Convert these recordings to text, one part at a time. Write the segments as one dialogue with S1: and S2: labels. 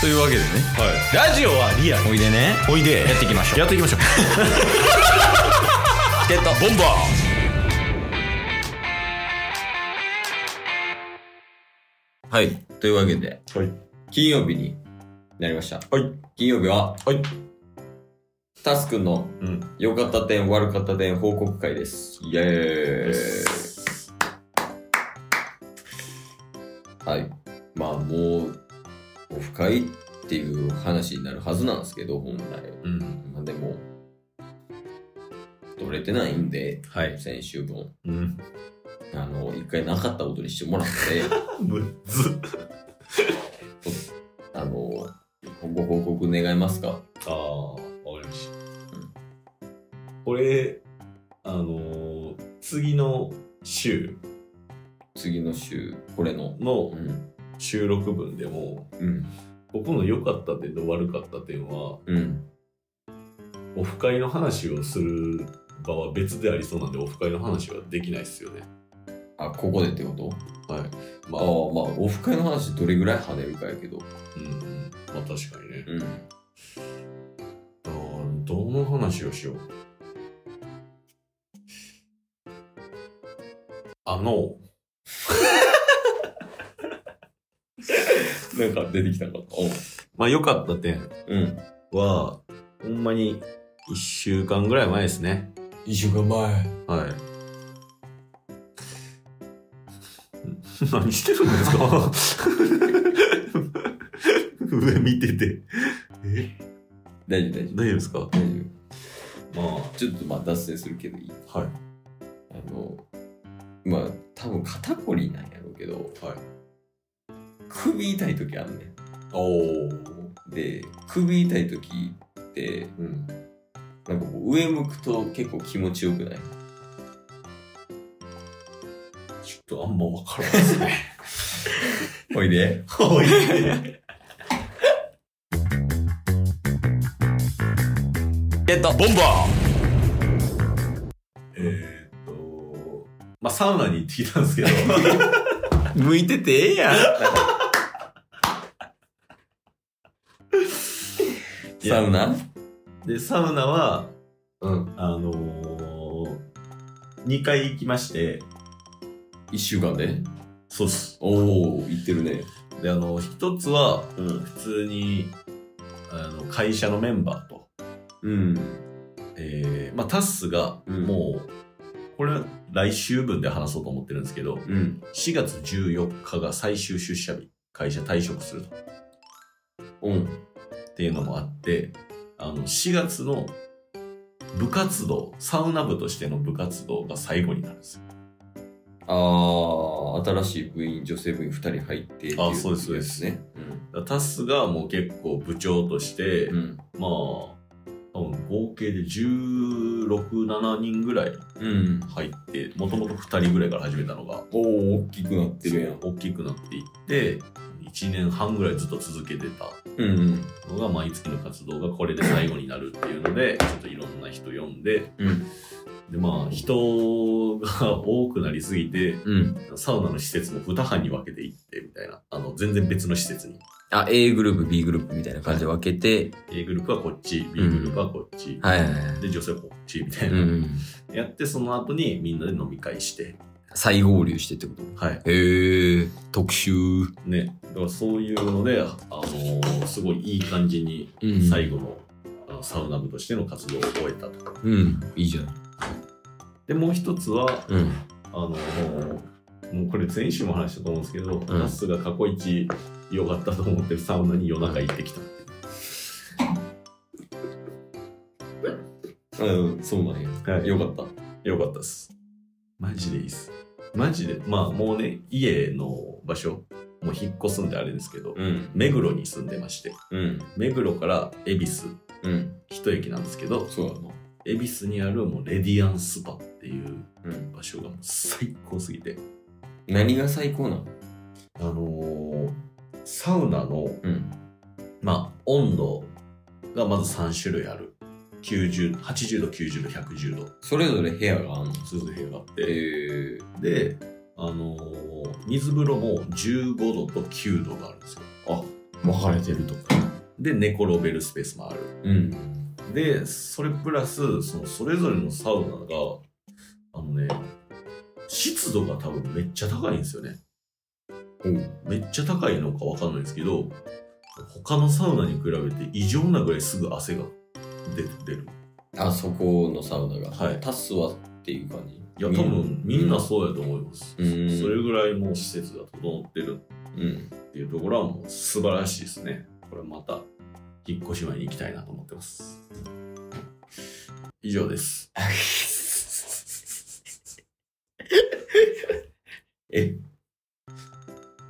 S1: というわけでね
S2: ラジオはリアル
S1: おいでね
S2: おいで
S1: やっていきましょう
S2: やっていきましょう
S1: チケットボンバーはいというわけで
S2: はい
S1: 金曜日になりました
S2: はい
S1: 金曜日は
S2: はい
S1: タスクの
S2: うん
S1: 良かった点悪かった点報告会ですイエーイはいまあもうオフ会っていう話になるはずなんですけど本来
S2: うん
S1: まあでも取れてないんで
S2: はい
S1: 先週分
S2: うん
S1: あの一回なかったことにしてもらって
S2: むず
S1: あのご報告願いますか
S2: ああわかりました俺あのー、次の週
S1: 次の週これの
S2: の
S1: うん
S2: 収録分でも
S1: うん
S2: 僕の良かった点と悪かった点は
S1: うん
S2: オフ会の話をする場は別でありそうなんでオフ会の話はできないっすよね
S1: あここでってこと
S2: はいま
S1: ああまあ
S2: あ
S1: オフ会の話どれぐらい跳ねるかやけど
S2: うんうんまあ確かにね
S1: うん
S2: あーどの話をしようあの
S1: なんか出てきたか
S2: まあ良かった点
S1: うん
S2: はほんまに1週間ぐらい前ですね
S1: 1週間前
S2: はい 何してるんですか 上見ててえ
S1: 大丈夫大丈夫
S2: 大丈夫ですか
S1: 大丈夫
S2: ま
S1: ちょっとまあ脱線するけどいい
S2: あはい
S1: あのまあ多分肩こりなんやろうけど
S2: はい
S1: 首痛い時あんねん
S2: おお
S1: で首痛い時って
S2: うん
S1: なんかこう上向くと結構気持ちよくない
S2: ちょっとあんま分からんですね
S1: おいで
S2: おい
S1: ゲットボンバー
S2: えーっと、まあ、サウナに行ってきたんですけど、
S1: 向いててええやんサウナ
S2: で、サウナは、うん、あのー、2回行きまして、
S1: 1週間で
S2: そうっす。
S1: おお行ってるね
S2: で、あの、一つは、
S1: うん
S2: 普通に、あの、会社のメンバーと、
S1: うん
S2: えー、まあ、タッスが、
S1: うん
S2: もう、これは来週分で話そうと思ってるんですけど、
S1: うん
S2: 4月14日が最終出社日、会社退職すると。
S1: うん
S2: っていうのもあってあの4月の部活動サウナ部としての部活動が最後になるんですよ
S1: ああ新しい部員女性部員2人入ってってい
S2: あそうですそうです
S1: ね
S2: だからタスがもう結構部長として、
S1: うん
S2: まあ多分合計で1617人ぐらい
S1: うん
S2: 入ってもともと2人ぐらいから始めたのが
S1: おお大きくなってるやん
S2: 大きくなっていって1年半ぐらいずっと続けてた
S1: うん
S2: のが毎月の活動がこれで最後になるっていうのでちょっといろんな人呼んで
S1: うん
S2: でまあ人が多くなりすぎて
S1: うん
S2: サウナの施設も2班に分けていってみたいなあの全然別の施設に
S1: あ A グループ B グループみたいな感じで分けて
S2: A グループはこっち B グループはこっち、
S1: はいはいはい
S2: で女性はこっちみたいな、
S1: うん
S2: やってその後にみんなで飲み会して
S1: 再合流してってこ
S2: はい
S1: とへえ特集
S2: ねだからそういうので、あのーすごいいい感じに
S1: うん
S2: 最後の,、あのサウナ部としての活動を終えたと
S1: うんいいじゃない
S2: でもう一つは
S1: うん
S2: あのーもうこれ先週も話したと思うんですけど、
S1: ん
S2: ナスが過去一良かったと思ってるサウナに夜中行ってきたっていう
S1: うんそうなんや
S2: はい
S1: よかった
S2: よかったっす。マジでいいっす。マジで、まあもうね、家の場所、もう引っ越すんであれですけど、
S1: うん
S2: 目黒に住んでまして、
S1: うん
S2: 目黒から恵比寿、
S1: うん
S2: 一駅なんですけど、
S1: そうだな
S2: 恵比寿にあるもうレディアンスパっていう
S1: うん
S2: 場所がもう最高すぎて、
S1: 何が最高なの
S2: あのーサウナの、
S1: うん
S2: まあ温度がまず3種類ある。90 80度、90度、110度、
S1: それぞれ部屋があんの
S2: 数部屋があって、
S1: え
S2: で、あのー水風呂も15度と9度があるんですよ。
S1: あ
S2: 分かれてるとかで寝転べるスペースもある
S1: うん。
S2: でそれプラスそのそれぞれのサウナがあのね湿度が多分めっちゃ高いんですよね
S1: おう
S2: めっちゃ高いのかわかんないですけど他のサウナに比べて異常なぐらいすぐ汗が出て出る
S1: あそこのサウナが。
S2: はい
S1: タスはっていう感じ。
S2: いや多分みんなそうやと思います、
S1: うん
S2: それぐらいもう施設が整ってる
S1: うん。
S2: っていうところはもう素晴らしいですねこれまた引っ越し前に行きたいなと思ってます以上です
S1: え、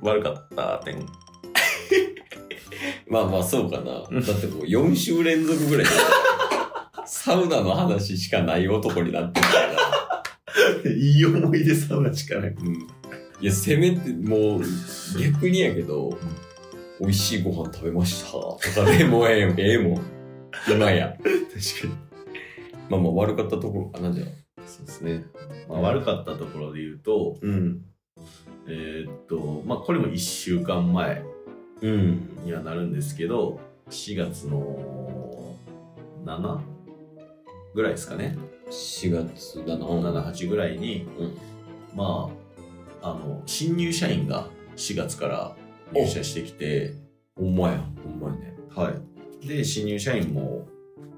S2: 悪かった点
S1: まあまあそうかな。
S2: うん
S1: だってもう4週連続ぐらい。 サウナの話しかない男になってるから。
S2: いい思い出サウナしかない。
S1: うん。いや、せめて、もう、逆にやけど、美味しいご飯食べましたとかでもうええよええもん。今や。
S2: 確かに。
S1: まあまあ悪かったところかな、じゃあ。
S2: そうですね。まあ、悪かったところで言うと、
S1: うん。
S2: えーっと、まあ、これも1週間前
S1: うん。
S2: にはなるんですけど、4月の 7? ぐらいですかね。
S1: 4月だな。
S2: 7、8ぐらいに、
S1: うん
S2: まあ、あの、新入社員が4月から入社してきて、
S1: ほんまや。ほんまやね。
S2: はい。で、新入社員も、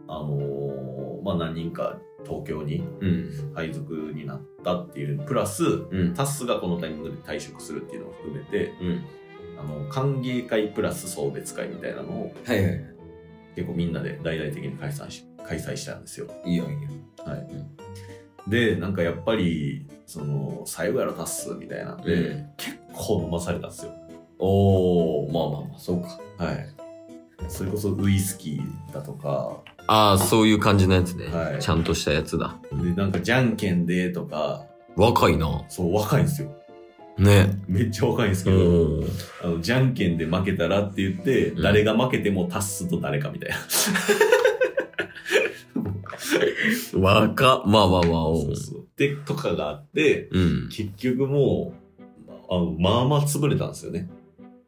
S2: あのーまあ、何人か東京に
S1: うん。
S2: 配属になったっていうプラス
S1: うん。
S2: タスがこのタイミングで退職するっていうのを含めて
S1: うん。
S2: あの歓迎会プラス送別会みたいなのを
S1: はいはい。
S2: 結構みんなで大々的に開催し開催したんですよ。
S1: いいよ、いいよ。
S2: はいでなんかやっぱりその最後やろタスみたいなんで、
S1: うん
S2: 結構飲まされたんですよ。
S1: おー、まあまあまあ、そうか。
S2: はいそれこそウイスキーだとか
S1: ああ、そういう感じのやつね
S2: はい
S1: ゃんとしたやつだ。
S2: でなんかじゃんけんでとか
S1: 若いな。
S2: そう若いんですよ
S1: ね。
S2: めっちゃ若いんですけ
S1: う
S2: ど、
S1: ん。
S2: あのじゃんけんで負けたらって言って、
S1: うん
S2: 誰が負けてもタスと誰かみたいな。
S1: 若っ。まあまあまあ、
S2: そうそうでとかがあって
S1: うん。
S2: 結局もうあのまあまあ潰れたんですよね。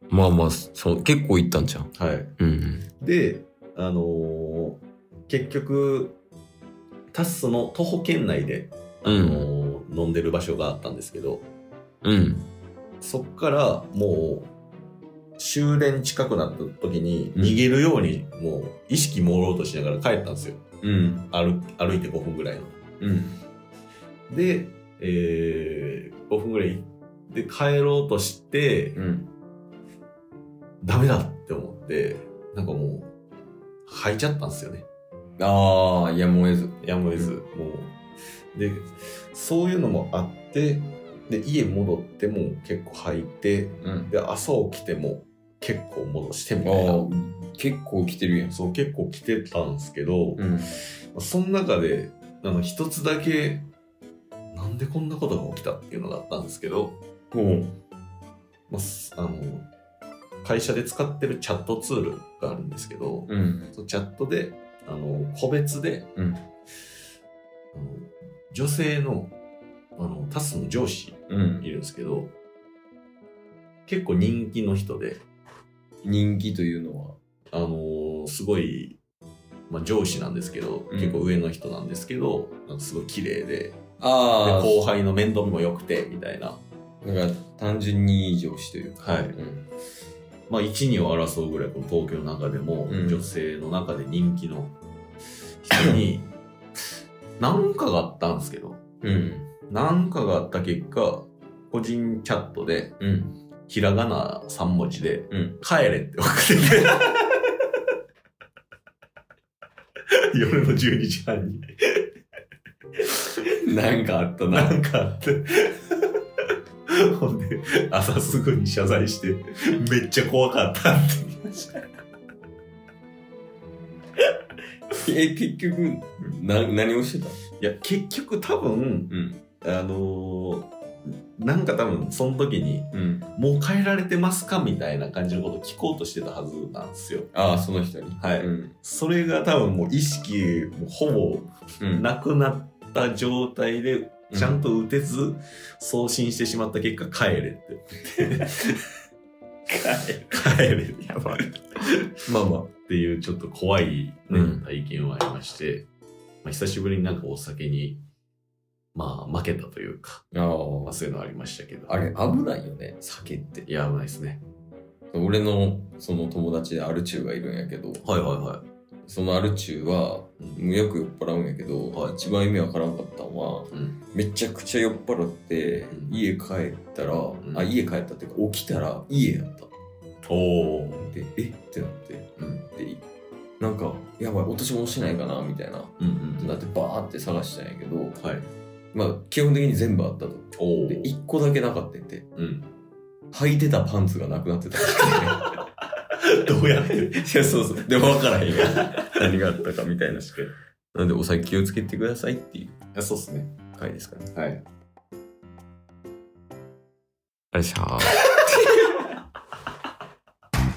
S1: まあまあ、そう、結構いったんじゃん。
S2: はい、
S1: うん。
S2: で、あのー結局タスの徒歩圏内で、あのー飲んでる場所があったんですけど
S1: うん。
S2: そっからもう終電近くなった時に
S1: うん
S2: 逃げるようにもう意識朦朧としながら帰ったんですよ
S1: うん。
S2: 歩歩いて5分ぐらいの。
S1: うん。
S2: で、えー、5分ぐらいで帰ろうとして、
S1: うん。
S2: ダメだって思って、なんかもう、吐いちゃったんですよね。
S1: ああ、やむを得ず。
S2: やむを得ず、もう。で、そういうのもあって、で、家戻っても結構吐いて、
S1: うん。
S2: で、朝起きても結構戻してみ
S1: あ
S2: たいな。
S1: あ、結構来てるやん。
S2: そう、結構来てたんですけど、
S1: うん。
S2: その中で、あの、一つだけ、なんでこんなことが起きたっていうのがあったんですけど、
S1: ほ
S2: まあす、あの会社で使ってるチャットツールがあるんですけど、
S1: う。うん。
S2: そのチャットであの個別で、
S1: うん
S2: あの女性のあのタスの上司
S1: うん
S2: い。るんですけど結構人気の人で、
S1: 人気というのは。
S2: あのすごい、まあ、上司なんですけど、
S1: うん
S2: 結構上の人なんですけどなんかすごい綺麗でで
S1: ああ、
S2: 後輩の面倒見も良くてみたいな、
S1: だから単純に上司というか。
S2: はい
S1: うん。
S2: まあ、1、2を争うぐらい、この東京の中でも、
S1: うん
S2: 女性の中で人気の人 に、何かがあったんですけど、
S1: うん。
S2: 何かがあった結果、個人チャットで、
S1: うん。
S2: ひらがな3文字で、
S1: うん
S2: 帰れって送って きて。夜の12時半に。
S1: なんかあった
S2: な
S1: な。
S2: んかあって。ほんで、朝すぐに謝罪して、めっちゃ怖かったって言いました。
S1: え、結局、な、何をしてた
S2: いや結局多分
S1: うん。
S2: あのーなんか多分その時に
S1: うん。
S2: 「もう変えられてますか?」みたいな感じのことを聞こうとしてたはずなんですよ
S1: ああ、その人に。
S2: はい
S1: うん。
S2: それが多分もう意識もほ
S1: うん
S2: ぼなくなった状態で
S1: うん
S2: ちゃんと打てず送信してしまった結果「帰れ」って帰れる
S3: やばい。
S1: まあまあ。
S2: っていうちょっと怖い、ね
S1: うん
S2: 体験はありまして、まあ、久しぶりになんかお酒に、まあ負けたというか、まあ、
S1: あ
S2: そういうのはありましたけど。
S1: あ。あれ、危ないよね、酒って。
S2: いや、危ないですね。
S1: 俺の、その友達でアルチューがいるんやけど、
S2: はいはいは
S1: そのアルチューは、
S2: い。
S1: もうよく酔っ払うんやけど、
S2: はい
S1: 一番意味わからんかったのは、
S2: うん
S1: めちゃくちゃ酔っ払って、
S2: うん
S1: 家帰ったら、
S2: ん
S1: あ、家帰ったっていうか、起きたら家やった。
S2: おおー。
S1: で、えってなって、
S2: うん。
S1: で、なんか、やばい、落とし物してないかな、みたいな。
S2: うんうん。
S1: なって、バーって探したんやけど、
S2: はい。
S1: まあ、基本的に全部あったと。
S2: おお
S1: で、1個だけなかったんやて。
S2: うん。
S1: 履いてたパンツがなくなってた。
S2: どうやって
S1: いや、そうそう。でも分からへんよ。何があったかみたいな。なんで、お酒気をつけてくださいっていう
S2: あそうっすね。
S1: 回ですかね。
S2: はい。
S3: よいしょ。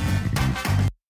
S4: す